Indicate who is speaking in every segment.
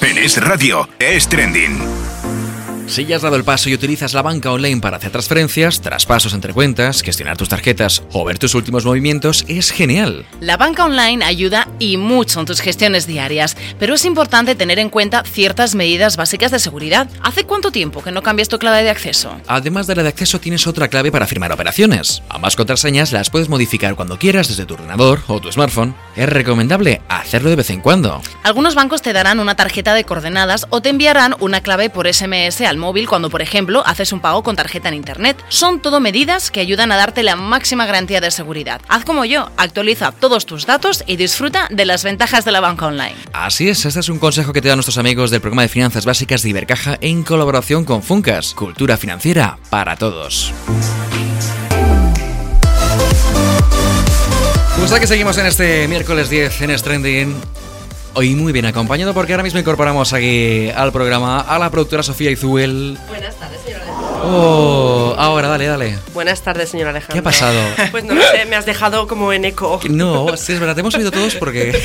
Speaker 1: En Es Radio, Es Trending.
Speaker 2: Si ya has dado el paso y utilizas la banca online para hacer transferencias, traspasos entre cuentas, gestionar tus tarjetas o ver tus últimos movimientos, es genial.
Speaker 3: La banca online ayuda y mucho en tus gestiones diarias, pero es importante tener en cuenta ciertas medidas básicas de seguridad. ¿Hace cuánto tiempo que no cambias tu clave de acceso?
Speaker 2: Además de la de acceso, tienes otra clave para firmar operaciones. Ambas contraseñas las puedes modificar cuando quieras desde tu ordenador o tu smartphone. Es recomendable hacerlo de vez en cuando.
Speaker 3: Algunos bancos te darán una tarjeta de coordenadas o te enviarán una clave por SMS al móvil cuando, por ejemplo, haces un pago con tarjeta en Internet. Son todo medidas que ayudan a darte la máxima garantía de seguridad. Haz como yo, actualiza todos tus datos y disfruta de las ventajas de la banca online.
Speaker 2: Así es, este es un consejo que te dan nuestros amigos del programa de finanzas básicas de Ibercaja en colaboración con Funcas, cultura financiera para todos. Pues aquí seguimos en este miércoles 10 en Stranding. Hoy muy bien acompañado porque ahora mismo incorporamos aquí al programa a la productora Sofía Izuel.
Speaker 4: Buenas tardes, señor
Speaker 2: Oh, ahora dale, dale.
Speaker 4: Buenas tardes, señor Alejandro.
Speaker 2: ¿Qué ha pasado?
Speaker 4: Pues no lo sé, me has dejado como en eco.
Speaker 2: No, sí, es verdad, te hemos oído todos porque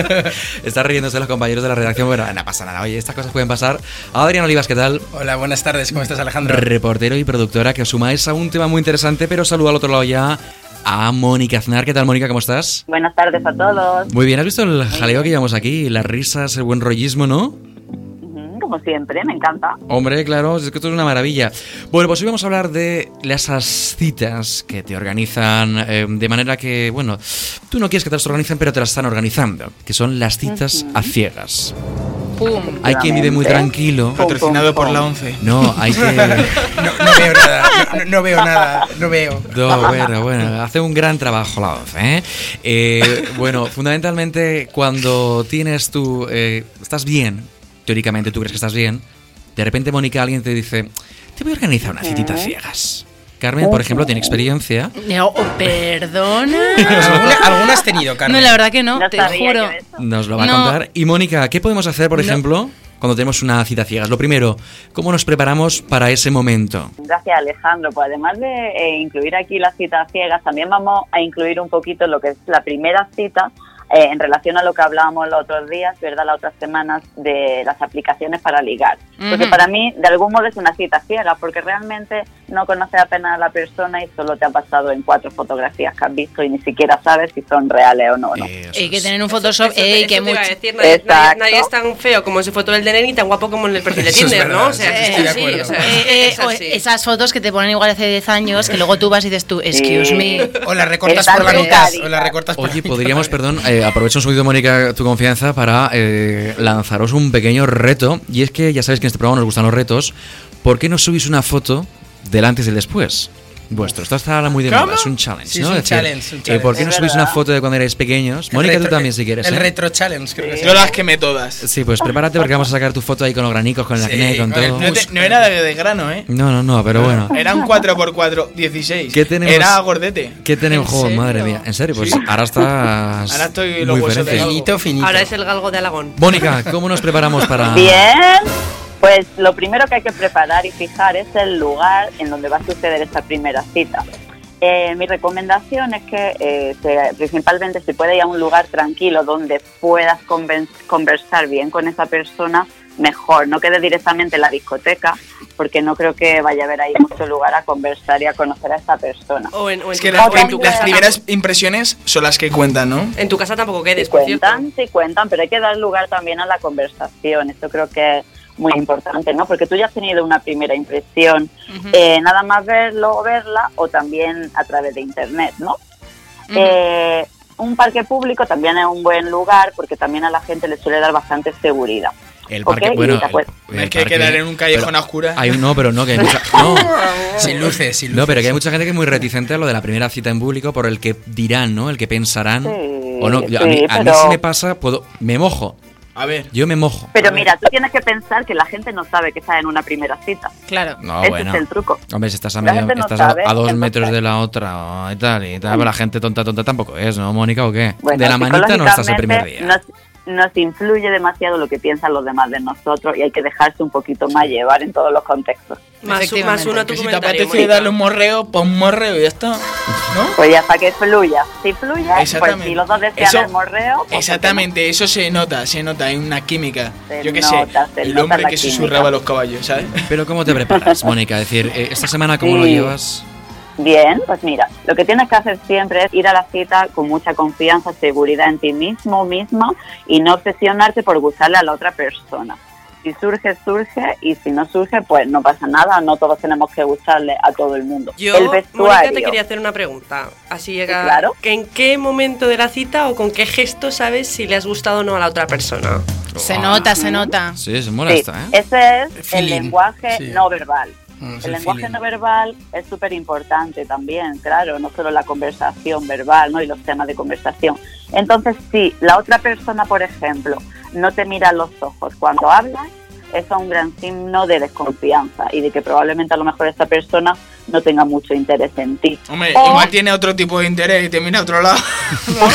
Speaker 2: están riéndose los compañeros de la redacción, pero no pasa nada, oye, estas cosas pueden pasar. Adrián Olivas, ¿qué tal?
Speaker 5: Hola, buenas tardes, ¿cómo estás Alejandro?
Speaker 2: Reportero y productora que os sumáis a un tema muy interesante, pero saludo al otro lado ya a Mónica Aznar. ¿Qué tal, Mónica? ¿Cómo estás?
Speaker 6: Buenas tardes a todos.
Speaker 2: Muy bien, ¿has visto el jaleo que llevamos aquí? Las risas, el buen rollismo, ¿no?
Speaker 6: Ujú, Como siempre, me encanta.
Speaker 2: Hombre, claro, es que esto es una maravilla. Bueno, pues hoy vamos a hablar de esas citas que te organizan eh, de manera que, bueno, tú no quieres que te las organicen, pero te las están organizando, que son las citas a ciegas.
Speaker 3: ¡Pum!
Speaker 2: Hay quien vive muy tranquilo.
Speaker 5: Patrocinado por
Speaker 6: pom.
Speaker 5: la 11.
Speaker 2: No, hay que...
Speaker 5: No, no veo nada, no, no veo nada, no veo.
Speaker 2: No, bueno, bueno, hace un gran trabajo la ONCE. ¿eh? Eh, bueno, fundamentalmente cuando tienes tú, eh, estás bien, teóricamente tú crees que estás bien, de repente Mónica alguien te dice, te voy a organizar una citita ciegas. Carmen, por ejemplo, tiene experiencia.
Speaker 3: No, oh, perdona.
Speaker 5: ¿Alguna, alguna has tenido, Carmen?
Speaker 3: No, la verdad que no,
Speaker 6: No
Speaker 3: te
Speaker 6: sabía
Speaker 3: juro.
Speaker 6: yo eso.
Speaker 2: Nos lo va a
Speaker 3: No.
Speaker 2: contar. Y Mónica, ¿qué podemos hacer, por ejemplo, cuando tenemos una cita ciegas? Lo primero, ¿cómo nos preparamos para ese momento?
Speaker 6: Gracias, Alejandro. Pues además de eh, incluir aquí las citas ciegas, también vamos a incluir un poquito lo que es la primera cita eh, en relación a lo que hablábamos los otros días, ¿verdad? Las otras semanas de las aplicaciones para ligar. Porque
Speaker 3: Ujú.
Speaker 6: para mí, de algún modo, es una cita ciega, porque realmente no conoces apenas a la persona y solo te ha pasado en cuatro fotografías que has visto y ni siquiera sabes si son reales o no. ¿no?
Speaker 2: Eso
Speaker 3: Hay que
Speaker 2: es.
Speaker 3: tener un Photoshop.
Speaker 4: Eso-
Speaker 3: ey,
Speaker 4: eso
Speaker 3: que
Speaker 4: te iba a
Speaker 3: mucho.
Speaker 4: decir, nadie, nadie-
Speaker 6: Exacto.
Speaker 4: nadie es tan feo como en su foto del DNI ni tan guapo como en el perfil de
Speaker 5: Eso es
Speaker 4: Tinder, ¿no?
Speaker 5: verdad,
Speaker 4: O sea,
Speaker 5: sí,
Speaker 4: es
Speaker 5: estoy de
Speaker 4: así,
Speaker 5: acuerdo.
Speaker 4: o sea,
Speaker 3: Eh, eh,
Speaker 4: es
Speaker 3: o
Speaker 4: así.
Speaker 3: esas fotos que te ponen igual hace 10 años, que luego tú vas y dices tú, excuse
Speaker 6: Sí.
Speaker 3: me.
Speaker 5: O la recortas
Speaker 6: Estás
Speaker 5: por la mitad,
Speaker 6: precavida.
Speaker 5: o la recortas por la
Speaker 2: Oye,
Speaker 5: mitad.
Speaker 2: podríamos, perdón, eh, aprovecho un segundo, Mónica, tu confianza para eh, lanzaros un pequeño reto. Y es que ya sabéis que en este programa nos gustan los retos. ¿Por qué no subís una foto del antes y el después? Vuestro, esto está ahora muy de moda,
Speaker 5: ¿Cómo?
Speaker 2: es un challenge,
Speaker 5: Sí,
Speaker 2: ¿no?
Speaker 5: es un
Speaker 2: Es decir,
Speaker 5: challenge, es un
Speaker 2: eh,
Speaker 5: challenge.
Speaker 2: ¿Por qué no
Speaker 6: Es
Speaker 2: subís una
Speaker 6: verdad.
Speaker 2: foto de cuando erais pequeños?
Speaker 5: El
Speaker 2: Mónica, tú
Speaker 5: retro-
Speaker 2: también, si quieres.
Speaker 5: El
Speaker 2: ¿eh?
Speaker 5: retro challenge, creo que sí.
Speaker 7: Yo las quemé todas.
Speaker 2: Sí, pues prepárate porque vamos a sacar tu foto ahí con los granicos, con el acné,
Speaker 5: Sí,
Speaker 2: con
Speaker 5: con el
Speaker 2: todo.
Speaker 5: pus.
Speaker 7: No, te- no era de, de grano, ¿eh?
Speaker 2: No, no, no, pero bueno.
Speaker 7: Era un 4x4, 16.
Speaker 2: ¿Qué tenemos?
Speaker 7: Era gordete.
Speaker 2: ¿Qué tenemos?
Speaker 3: ¿En
Speaker 2: juego?
Speaker 3: serio?
Speaker 2: madre mía. En serio, pues
Speaker 7: Sí.
Speaker 2: ahora estás.
Speaker 7: Ahora estoy los
Speaker 2: muy
Speaker 7: huesos de
Speaker 2: diferente.
Speaker 7: galgo.
Speaker 5: Finito, finito.
Speaker 4: Ahora es el galgo de Alagón.
Speaker 2: Mónica, ¿cómo nos preparamos para.?
Speaker 6: Bien, pues lo primero que hay que preparar y fijar es el lugar en donde va a suceder esta primera cita. Eh, mi recomendación es que eh, se- principalmente se puede ir a un lugar tranquilo donde puedas conven- conversar bien con esa persona mejor, no quede directamente en la discoteca porque no creo que vaya a haber ahí mucho lugar a conversar y a conocer a esa persona.
Speaker 4: O en, o en
Speaker 7: Es
Speaker 4: tu
Speaker 7: que
Speaker 4: casa-
Speaker 7: las,
Speaker 4: o en
Speaker 7: prim-
Speaker 4: tu
Speaker 7: las
Speaker 4: casa-
Speaker 7: primeras impresiones son las que cuentan,
Speaker 2: Eh,
Speaker 7: ¿no?
Speaker 4: En tu casa tampoco
Speaker 6: Si
Speaker 4: quedes, por cierto.
Speaker 6: cuentan, sí cuentan, pero hay que dar lugar también a la conversación. Esto creo que es muy importante, ¿no? Porque tú ya has tenido una primera impresión, eh, nada más verlo o verla, o también a través de internet, ¿no? Eh, un parque público también es un buen lugar porque también a la gente le suele dar bastante seguridad.
Speaker 2: El
Speaker 6: Ok,
Speaker 2: parque,
Speaker 6: y
Speaker 2: bueno,
Speaker 6: te acuer-
Speaker 2: el- el
Speaker 7: Hay que quedar en un callejón
Speaker 2: pero-
Speaker 7: a oscuras.
Speaker 2: Hay, no, pero no, que hay mucha, no,
Speaker 5: Sin luces, sin luces.
Speaker 2: no, pero que hay mucha gente que es muy reticente a lo de la primera cita en público por el que dirán, ¿no? El que pensarán.
Speaker 6: Sí,
Speaker 2: o no, yo- a, mí,
Speaker 6: sí,
Speaker 2: a mí
Speaker 6: pero-
Speaker 2: si me pasa, puedo, me mojo.
Speaker 7: A ver.
Speaker 2: Yo me mojo.
Speaker 6: Pero mira, tú tienes que pensar que la gente no sabe que está en una primera cita.
Speaker 3: Claro.
Speaker 2: No,
Speaker 6: Ese
Speaker 2: Ah, bueno.
Speaker 6: es el truco.
Speaker 2: Hombre, si estás a,
Speaker 6: La
Speaker 2: media-
Speaker 6: gente no
Speaker 2: estás a-
Speaker 6: sabe,
Speaker 2: a dos
Speaker 6: entonces-
Speaker 2: metros de la otra oh, y tal, y tal, pero la gente tonta, tonta tampoco es, ¿no, Mónica, o qué?
Speaker 6: Bueno,
Speaker 2: de la manita no estás el primer
Speaker 6: psicológicamente
Speaker 2: día.
Speaker 6: Nos, nos influye demasiado lo que piensan los demás de nosotros y hay que dejarse un poquito más llevar en todos los contextos.
Speaker 4: Más,
Speaker 3: Efectivamente.
Speaker 4: más uno a tu
Speaker 5: Que si te
Speaker 4: comentario.
Speaker 5: apetece
Speaker 4: Mónica.
Speaker 5: darle un morreo, pon un morreo y ya está. ¿No?
Speaker 6: Pues ya para que fluya. Si fluye, pues
Speaker 7: Exactamente.
Speaker 6: si los dos desean
Speaker 7: Eso-
Speaker 6: el morreo. pues ¿por qué no?
Speaker 7: Exactamente, eso se nota, se nota, hay una química.
Speaker 6: Se
Speaker 7: Yo qué
Speaker 6: nota,
Speaker 7: sé,
Speaker 6: se
Speaker 7: el
Speaker 6: nota
Speaker 7: hombre
Speaker 6: la
Speaker 7: que
Speaker 6: química.
Speaker 7: susurraba a los caballos, ¿sabes?
Speaker 2: Pero ¿cómo te preparas, Mónica? Es decir, eh, ¿esta semana cómo lo
Speaker 6: Sí.
Speaker 2: llevas?
Speaker 6: Bien, pues mira, lo que tienes que hacer siempre es ir a la cita con mucha confianza, seguridad en ti mismo, misma y no obsesionarte por gustarle a la otra persona. Si surge, surge y si no surge, pues no pasa nada, no todos tenemos que gustarle a todo el mundo.
Speaker 4: Yo,
Speaker 6: el
Speaker 4: Mónica,
Speaker 6: vestuario.
Speaker 4: te quería hacer una pregunta. Así llega.
Speaker 6: Sí, claro.
Speaker 4: ¿En qué momento de la cita o con qué gesto sabes si le has gustado o no a la otra persona?
Speaker 3: Se nota, se
Speaker 7: Ah.
Speaker 3: nota.
Speaker 2: Sí, se mola
Speaker 6: Sí,
Speaker 2: esta, ¿eh?
Speaker 6: Ese es el
Speaker 5: Feeling,
Speaker 6: lenguaje
Speaker 5: sí.
Speaker 6: no verbal.
Speaker 5: Mm, es
Speaker 6: El
Speaker 5: el
Speaker 6: lenguaje
Speaker 5: feeling.
Speaker 6: no verbal es súper importante también, claro, no solo la conversación verbal ¿no? y los temas de conversación. Entonces, si la otra persona, por ejemplo, no te mira a los ojos cuando hablas, eso es un gran signo de desconfianza y de que probablemente a lo mejor esta persona no tenga mucho interés en ti.
Speaker 7: Hombre,
Speaker 6: O-
Speaker 7: igual tiene otro tipo de interés y te mira a otro lado.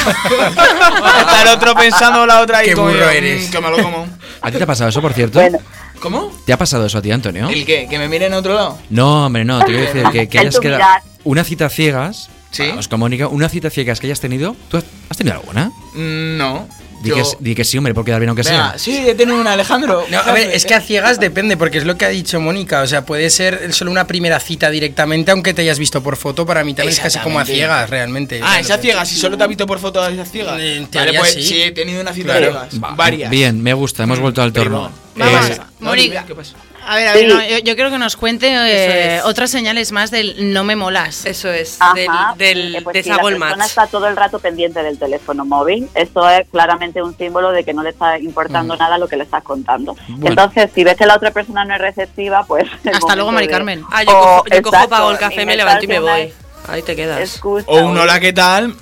Speaker 7: Está el otro pensando la otra y
Speaker 5: Qué
Speaker 7: como
Speaker 5: burro
Speaker 7: yo, mm,
Speaker 5: eres.
Speaker 7: Que me lo como.
Speaker 2: ¿A ti te ha pasado eso, por cierto?
Speaker 6: Bueno,
Speaker 7: ¿Cómo?
Speaker 2: ¿Te ha pasado eso a ti, Antonio?
Speaker 7: ¿El qué? ¿Que me miren a otro lado?
Speaker 2: No, hombre, no, te quiero decir que, que
Speaker 6: En
Speaker 2: hayas
Speaker 6: tu
Speaker 2: quedado.
Speaker 6: mirar.
Speaker 2: Una cita ciegas.
Speaker 7: Sí.
Speaker 2: Vamos con Mónica, una cita ciegas que hayas tenido. ¿Tú has, has tenido alguna?
Speaker 7: Mm, No.
Speaker 2: Di,
Speaker 7: Yo-
Speaker 2: que, s- di que sí, hombre, por quedar bien aunque sea.
Speaker 7: Venga, sí, he tenido una, Alejandro.
Speaker 5: No, a ver, es que a ciegas depende, porque es lo que ha dicho Mónica. O sea, puede ser solo una primera cita directamente, aunque te hayas visto por foto. Para mí también es casi como a
Speaker 7: Exactamente.
Speaker 5: ciegas, realmente.
Speaker 7: Ah, esa
Speaker 5: esas
Speaker 7: ciega, si solo te has visto por foto de esas ciegas.
Speaker 5: Eh, En
Speaker 7: Vale,
Speaker 5: teoría
Speaker 7: pues
Speaker 5: sí.
Speaker 7: sí, he tenido una cita
Speaker 5: Claro.
Speaker 7: ciegas.
Speaker 2: Va,
Speaker 7: varias.
Speaker 2: Bien, me gusta, hemos vuelto al torno.
Speaker 7: Pero-
Speaker 2: Eh,
Speaker 7: Vamos,
Speaker 3: Vamos,
Speaker 7: no,
Speaker 3: Mónica.
Speaker 7: dime, ¿qué pasa?
Speaker 3: A ver, a ver,
Speaker 6: Sí.
Speaker 3: no, yo, yo quiero que nos cuente eh,
Speaker 4: es.
Speaker 3: otras señales más del no me molas.
Speaker 4: Eso es,
Speaker 6: Ajá,
Speaker 4: del,
Speaker 6: eh,
Speaker 4: del
Speaker 6: pues si
Speaker 4: desahogo el
Speaker 6: La persona
Speaker 4: match.
Speaker 6: está todo el rato pendiente del teléfono móvil. Eso es claramente un símbolo de que no le está importando
Speaker 3: Mm.
Speaker 6: nada lo que le estás contando.
Speaker 2: Bueno.
Speaker 6: Entonces, si ves que la otra persona no es receptiva, pues. el
Speaker 3: Hasta luego,
Speaker 6: momento
Speaker 3: Mari
Speaker 6: de-
Speaker 3: Carmen.
Speaker 4: Ah, yo,
Speaker 6: o,
Speaker 4: cojo, yo cojo,
Speaker 6: Oh, exacto,
Speaker 4: pago el café, me levanto y me
Speaker 6: inventarse
Speaker 4: voy. Ahí te
Speaker 6: una
Speaker 4: quedas.
Speaker 6: excusa
Speaker 7: O un hola, ¿qué tal?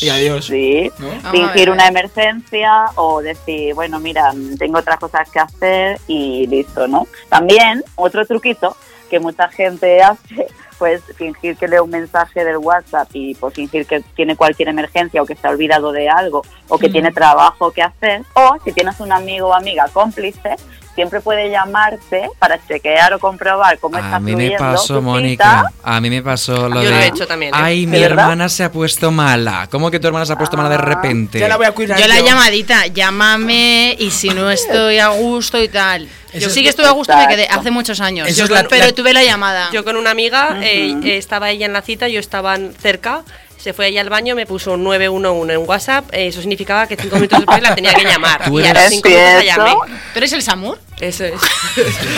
Speaker 7: Y adiós.
Speaker 6: Sí.
Speaker 7: ¿No?
Speaker 3: Vamos a ver,
Speaker 6: Fingir
Speaker 3: a
Speaker 6: una
Speaker 3: ver.
Speaker 6: emergencia o decir, bueno, mira, mm, tengo otras cosas que hacer y listo, ¿no? También otro truquito que mucha gente hace, pues fingir que lee un mensaje del WhatsApp y pues fingir que tiene cualquier emergencia o que se ha olvidado de algo o
Speaker 4: Mm.
Speaker 6: que tiene trabajo que hacer o si tienes un amigo o amiga cómplice siempre puede llamarte para chequear o comprobar cómo está
Speaker 2: A mí me
Speaker 6: fluyendo tu
Speaker 2: pasó,
Speaker 6: cita.
Speaker 2: Mónica. A mí me pasó lo de.
Speaker 4: Yo lo he hecho también, ¿eh?
Speaker 2: Ay, mi
Speaker 6: ¿Verdad?
Speaker 2: hermana se ha puesto mala. ¿Cómo que tu hermana se ha puesto mala de repente?
Speaker 7: Ya la voy a cuidar.
Speaker 3: Yo la llamadita, llámame y si no estoy a gusto y tal. Yo
Speaker 5: Eso
Speaker 3: sí
Speaker 5: es-
Speaker 3: que estuve a gusto, me quedé
Speaker 6: Exacto.
Speaker 3: hace muchos años.
Speaker 5: Eso
Speaker 3: Yo
Speaker 5: es la-
Speaker 3: con- pero
Speaker 5: la-
Speaker 3: tuve la llamada.
Speaker 4: Yo con una amiga, eh, eh, estaba ella en la cita, yo estaba en- cerca, se fue ella al baño, me puso 911 en WhatsApp, eh, eso significaba que cinco minutos después la tenía que llamar.
Speaker 2: Tú
Speaker 4: y a
Speaker 2: eres-
Speaker 4: los cinco minutos la llamé.
Speaker 6: ¿Cierto?
Speaker 3: ¿Tú eres el Samur?
Speaker 4: Eso es.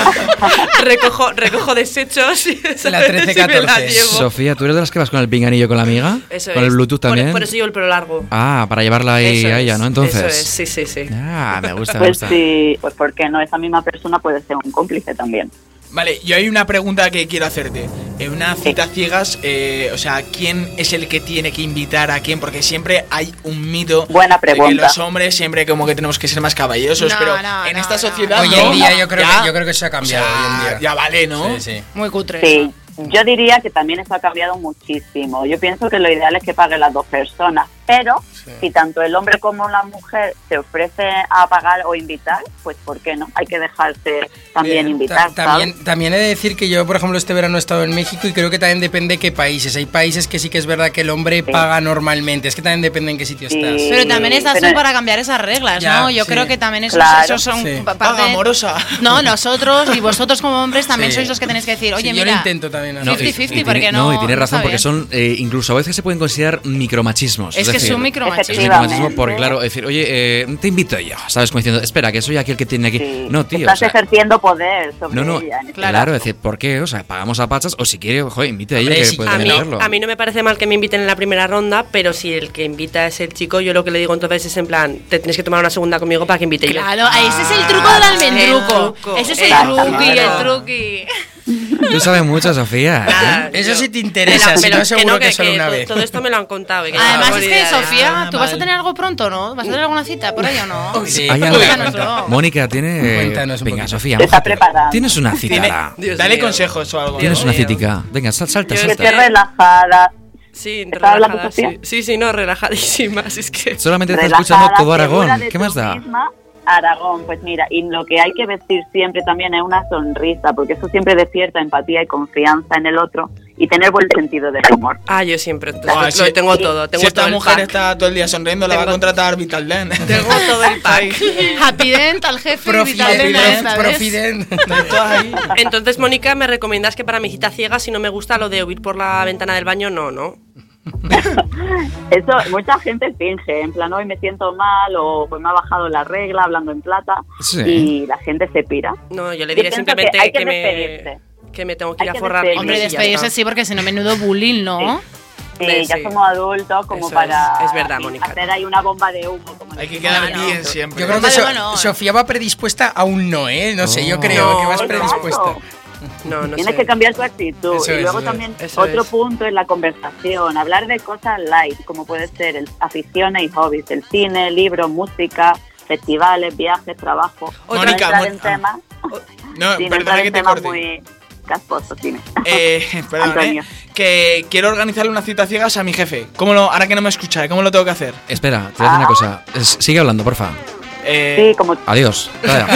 Speaker 4: recojo, recojo desechos y ¿sabes?
Speaker 5: La 13,
Speaker 4: Y me la
Speaker 5: 14.
Speaker 4: llevo.
Speaker 2: Sofía, ¿tú eres de las que vas con el pinganillo con la amiga?
Speaker 4: Eso
Speaker 2: ¿Con
Speaker 4: es.
Speaker 2: el Bluetooth
Speaker 4: Por-
Speaker 2: también?
Speaker 4: Por, eso llevo el pelo largo.
Speaker 2: Ah, para llevarla ahí
Speaker 4: Eso
Speaker 2: a
Speaker 4: es,
Speaker 2: ella, ¿no? Entonces.
Speaker 4: Eso es, sí, sí, sí.
Speaker 2: Ah, me gusta, me
Speaker 6: Pues
Speaker 2: gusta.
Speaker 6: sí, pues porque no, esa misma persona puede ser un cómplice también.
Speaker 7: Vale, yo hay una pregunta que quiero hacerte. En una cita ciegas, eh, o sea, ¿quién es el que tiene que invitar a quién? Porque siempre hay un mito
Speaker 6: Buena
Speaker 7: de que
Speaker 6: pregunta.
Speaker 7: los hombres siempre como que tenemos que ser más caballerosos,
Speaker 3: No,
Speaker 7: pero
Speaker 3: no,
Speaker 7: en
Speaker 3: no,
Speaker 7: esta
Speaker 3: no.
Speaker 7: sociedad
Speaker 5: Hoy
Speaker 7: ¿no?
Speaker 5: en día yo creo,
Speaker 7: Ya,
Speaker 5: que, yo creo que eso ha
Speaker 7: o
Speaker 5: cambiado.
Speaker 7: sea,
Speaker 5: hoy en día.
Speaker 7: ya vale, ¿no?
Speaker 5: Sí, sí.
Speaker 3: Muy cutre.
Speaker 6: Sí,
Speaker 2: Mm.
Speaker 6: yo diría que también eso ha cambiado muchísimo. Yo pienso que lo ideal es que paguen las dos personas, pero si tanto el hombre como la mujer se ofrece a pagar o invitar, pues ¿por qué no? Hay que dejarse también invitar,
Speaker 5: Ta- también,
Speaker 6: ¿sabes?
Speaker 5: también he de decir que yo, por ejemplo, este verano he estado en México y creo que también depende qué países. Hay países que sí que es verdad que el hombre paga normalmente. Es que también depende en qué sitio
Speaker 6: Sí.
Speaker 5: estás.
Speaker 3: Pero también estás
Speaker 6: Pero-
Speaker 3: tú para cambiar esas reglas,
Speaker 5: Ya,
Speaker 3: ¿no? Yo
Speaker 5: sí.
Speaker 3: creo que también esos,
Speaker 6: Claro.
Speaker 3: esos son
Speaker 5: Sí.
Speaker 3: pa-
Speaker 7: Paga
Speaker 3: parte-
Speaker 7: amorosa.
Speaker 3: No, nosotros y vosotros como hombres también
Speaker 5: Sí.
Speaker 3: sois los que tenéis que decir,
Speaker 5: Sí,
Speaker 3: oye,
Speaker 5: yo
Speaker 3: mira.
Speaker 5: lo intento también. a
Speaker 2: No, y-
Speaker 5: veces.
Speaker 3: 50-50,
Speaker 2: y tiene-
Speaker 3: porque
Speaker 2: no,
Speaker 3: no-
Speaker 2: y tienes
Speaker 3: no
Speaker 2: razón,
Speaker 3: está
Speaker 2: porque
Speaker 3: bien.
Speaker 2: son eh, incluso a veces se pueden considerar micromachismos.
Speaker 3: Es que es
Speaker 2: decir,
Speaker 3: un micromachismo.
Speaker 2: Es un micromachismo porque, claro, decir, oye, eh, te invito yo, ¿sabes? Como diciendo, espera, que soy aquí el que tiene aquí.
Speaker 6: Sí,
Speaker 2: No, tío.
Speaker 6: Estás
Speaker 2: o sea,
Speaker 6: ejerciendo poder sobre
Speaker 2: no, no,
Speaker 6: ella. ¿eh? en ese
Speaker 2: claro.
Speaker 6: caso.
Speaker 2: es decir, ¿por qué? O sea, pagamos a pachas o si quiere, joder, invite a ella
Speaker 5: Hombre,
Speaker 2: que
Speaker 5: sí,
Speaker 2: puede
Speaker 4: A mí,
Speaker 2: también hacerlo.
Speaker 4: a mí no me parece mal que me inviten en la primera ronda, pero si el que invita es el chico, yo lo que le digo entonces es en plan, te tienes que tomar una segunda conmigo para que invite yo.
Speaker 5: Ah,
Speaker 3: Claro, ese es el truco del
Speaker 4: el
Speaker 3: almendruco.
Speaker 4: truco.
Speaker 3: Ese es el
Speaker 6: Claro.
Speaker 3: truqui, el
Speaker 5: Claro.
Speaker 3: truqui.
Speaker 2: Tú sabes mucho, Sofía.
Speaker 4: Nada,
Speaker 5: Eso
Speaker 4: yo-
Speaker 5: sí te interesa,
Speaker 4: Me lo-
Speaker 5: si no,
Speaker 4: que
Speaker 5: seguro que solo
Speaker 4: to-
Speaker 5: una
Speaker 4: todo,
Speaker 5: vez.
Speaker 4: esto me lo han contado. y que
Speaker 3: Además
Speaker 4: no
Speaker 3: es
Speaker 4: tengo
Speaker 3: que,
Speaker 4: idea de
Speaker 5: ¿eh?
Speaker 3: Sofía,
Speaker 4: nada.
Speaker 3: tú vas a tener algo pronto, ¿no? ¿Vas a tener alguna cita por ahí o no?
Speaker 7: Uy,
Speaker 5: Sí.
Speaker 2: Ahí anda.
Speaker 3: Cuéntanoslo.
Speaker 2: Mónica tiene.
Speaker 5: Cuéntanos un
Speaker 2: Venga,
Speaker 5: poquito.
Speaker 2: Sofía.
Speaker 6: Está
Speaker 2: mójate.
Speaker 6: preparada.
Speaker 2: Tienes una cita.
Speaker 7: Tiene-
Speaker 2: ahora.
Speaker 4: Dios
Speaker 7: dale
Speaker 4: mío.
Speaker 7: consejos o algo.
Speaker 2: Tienes
Speaker 7: ¿no?
Speaker 2: una
Speaker 4: mío.
Speaker 2: citica. Venga, sal- salta,
Speaker 4: Yo
Speaker 6: Que
Speaker 2: salta.
Speaker 4: estoy-
Speaker 6: esté relajada.
Speaker 4: Sí,
Speaker 6: ¿Estás hablando,
Speaker 4: relajada.
Speaker 6: Sofía?
Speaker 4: Sí, sí, sí, no, relajadísima. así es que.
Speaker 2: Solamente te está
Speaker 6: relajada,
Speaker 2: escuchando todo Aragón.
Speaker 6: segura de
Speaker 2: ¿Qué
Speaker 6: tú
Speaker 2: más da?
Speaker 6: misma, Aragón, pues mira, y lo que hay que vestir siempre también es una sonrisa, porque eso siempre despierta empatía y confianza en el otro y tener buen sentido del humor.
Speaker 4: Ah, yo siempre. Entonces,
Speaker 7: Buah,
Speaker 4: lo
Speaker 7: si-
Speaker 4: tengo todo. Tengo
Speaker 7: si
Speaker 4: todo
Speaker 7: esta
Speaker 4: el
Speaker 7: mujer
Speaker 4: pack.
Speaker 7: está todo el día sonriendo, la va a
Speaker 4: Tengo-
Speaker 7: contratar Vital Dent.
Speaker 4: Tengo todo el pack.
Speaker 3: Happy Dent, al jefe y tal,
Speaker 5: Profident,
Speaker 3: nena, esta vez.
Speaker 5: profident.
Speaker 4: Entonces, Mónica, me recomiendas que para mi cita ciega, si no me gusta lo de huir por la ventana del baño, no, ¿no?
Speaker 6: Eso, mucha gente finge, en plan, hoy me siento mal o pues me ha bajado la regla hablando en plata
Speaker 2: Sí.
Speaker 6: y la gente se pira.
Speaker 4: No, yo le
Speaker 6: Yo
Speaker 4: diré
Speaker 6: pienso
Speaker 4: simplemente
Speaker 6: que hay que
Speaker 4: me,
Speaker 6: despedirse.
Speaker 4: que me tengo que ir
Speaker 6: Hay
Speaker 4: a
Speaker 6: que
Speaker 4: forrar.
Speaker 6: despedirse.
Speaker 3: Hombre,
Speaker 4: y ya
Speaker 3: despedirse
Speaker 4: está.
Speaker 3: sí, porque si no, menudo bullying, ¿no?
Speaker 4: Sí,
Speaker 6: Sí, Eh, ya
Speaker 4: sí.
Speaker 6: somos adultos como
Speaker 4: Eso es.
Speaker 6: para
Speaker 4: Es verdad, Mónica.
Speaker 6: hacer ahí una bomba de humo. como
Speaker 7: Hay que
Speaker 6: dicen.
Speaker 7: quedar
Speaker 3: Bueno.
Speaker 7: bien siempre.
Speaker 5: Yo creo que
Speaker 3: Vale,
Speaker 5: So-
Speaker 3: bueno, eh.
Speaker 5: Sofía va predispuesta a un no, ¿eh? No sé, yo creo
Speaker 4: No,
Speaker 5: que vas
Speaker 4: no.
Speaker 5: predispuesta.
Speaker 4: No, no
Speaker 6: Tienes
Speaker 4: sé.
Speaker 6: que cambiar tu actitud.
Speaker 5: Eso
Speaker 6: y
Speaker 5: es,
Speaker 6: luego
Speaker 5: eso
Speaker 6: también
Speaker 4: es, eso
Speaker 6: otro
Speaker 4: es.
Speaker 6: punto es la conversación, hablar de cosas light, como puede ser el, aficiones y hobbies, el cine, libros, música, festivales, viajes, trabajo.
Speaker 7: Mónica,
Speaker 6: no entrar en
Speaker 7: Mónica.
Speaker 6: temas,
Speaker 7: No,
Speaker 6: sí, no entrar
Speaker 7: perdona
Speaker 6: en
Speaker 7: que te
Speaker 6: temas
Speaker 7: corte.
Speaker 6: muy casposos, dime.
Speaker 7: Eh, perdón,
Speaker 6: Antonio.
Speaker 7: eh, que quiero organizarle una cita ciegas a mi jefe. ¿Cómo lo, ahora que no me escucha, eh, ¿cómo lo tengo que hacer?
Speaker 2: Espera, te voy a decir una cosa.
Speaker 6: Ah.
Speaker 2: Es- Sigue hablando, porfa.
Speaker 7: Eh,
Speaker 6: sí, como
Speaker 2: Adiós. Calla.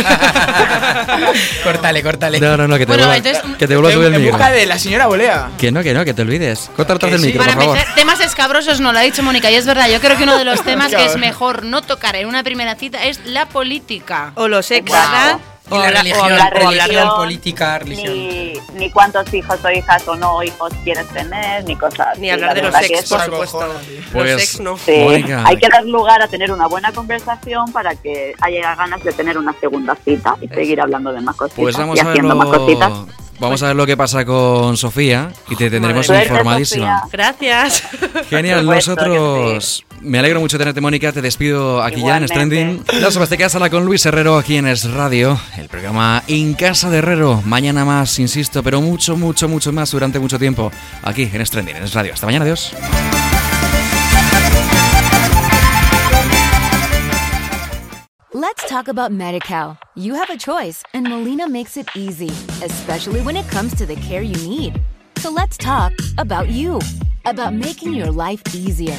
Speaker 5: Córtale, córtale.
Speaker 2: No, no, no, que te
Speaker 3: Bueno,
Speaker 2: vuelva,
Speaker 3: entonces-
Speaker 2: que te vuelva a
Speaker 7: en-
Speaker 2: subir el
Speaker 7: en
Speaker 2: micro.
Speaker 7: busca de la señora Bolea.
Speaker 2: Que no, que no, que te olvides. Corta atrás
Speaker 7: Que
Speaker 2: del
Speaker 7: sí.
Speaker 2: micro,
Speaker 3: Para
Speaker 2: por favor.
Speaker 3: empezar, temas escabrosos no lo ha dicho Mónica, y es verdad, yo creo que uno de los temas que es mejor no tocar en una primera cita es la política.
Speaker 4: O los ex,
Speaker 6: Guau.
Speaker 4: ¿verdad?
Speaker 5: Y la religión,
Speaker 4: hablar- o
Speaker 5: religión,
Speaker 4: hablar-
Speaker 5: política, religión.
Speaker 6: ni, ni cuántos hijos o hijas o no hijos quieres tener, ni cosas así,
Speaker 4: Ni hablar
Speaker 6: la
Speaker 4: de los
Speaker 6: verdad que
Speaker 4: ex,
Speaker 6: eso
Speaker 4: por
Speaker 7: es
Speaker 4: supuesto.
Speaker 7: acojona, tío.
Speaker 2: Pues-
Speaker 4: Los ex no.
Speaker 6: Sí,
Speaker 2: Mónica.
Speaker 6: hay que dar lugar a tener una buena conversación para que haya ganas de tener una segunda cita y seguir hablando de más cositas
Speaker 2: Pues vamos
Speaker 6: y
Speaker 2: a ver
Speaker 6: haciendo más cositas.
Speaker 2: lo... Vamos a ver lo que pasa con Sofía y te tendremos
Speaker 6: Suerte,
Speaker 2: informadísima.
Speaker 6: Sofía.
Speaker 4: Gracias.
Speaker 2: Genial,
Speaker 6: Por supuesto que
Speaker 2: nosotros. Me alegro mucho de tenerte, Mónica. Te despido aquí ya en
Speaker 6: Igualmente.
Speaker 2: Stranding. La sobre te quedas a la con Luis Herrero aquí en Es Radio, el programa En Casa de Herrero. Mañana más, insisto, pero mucho, mucho, mucho más durante mucho tiempo aquí en Stranding, en Es Radio. Hasta mañana, adiós.
Speaker 8: Let's talk about MediCal. You have a choice, and Molina makes it easy, especially when it comes to the care you need. So let's talk about you, about making your life easier,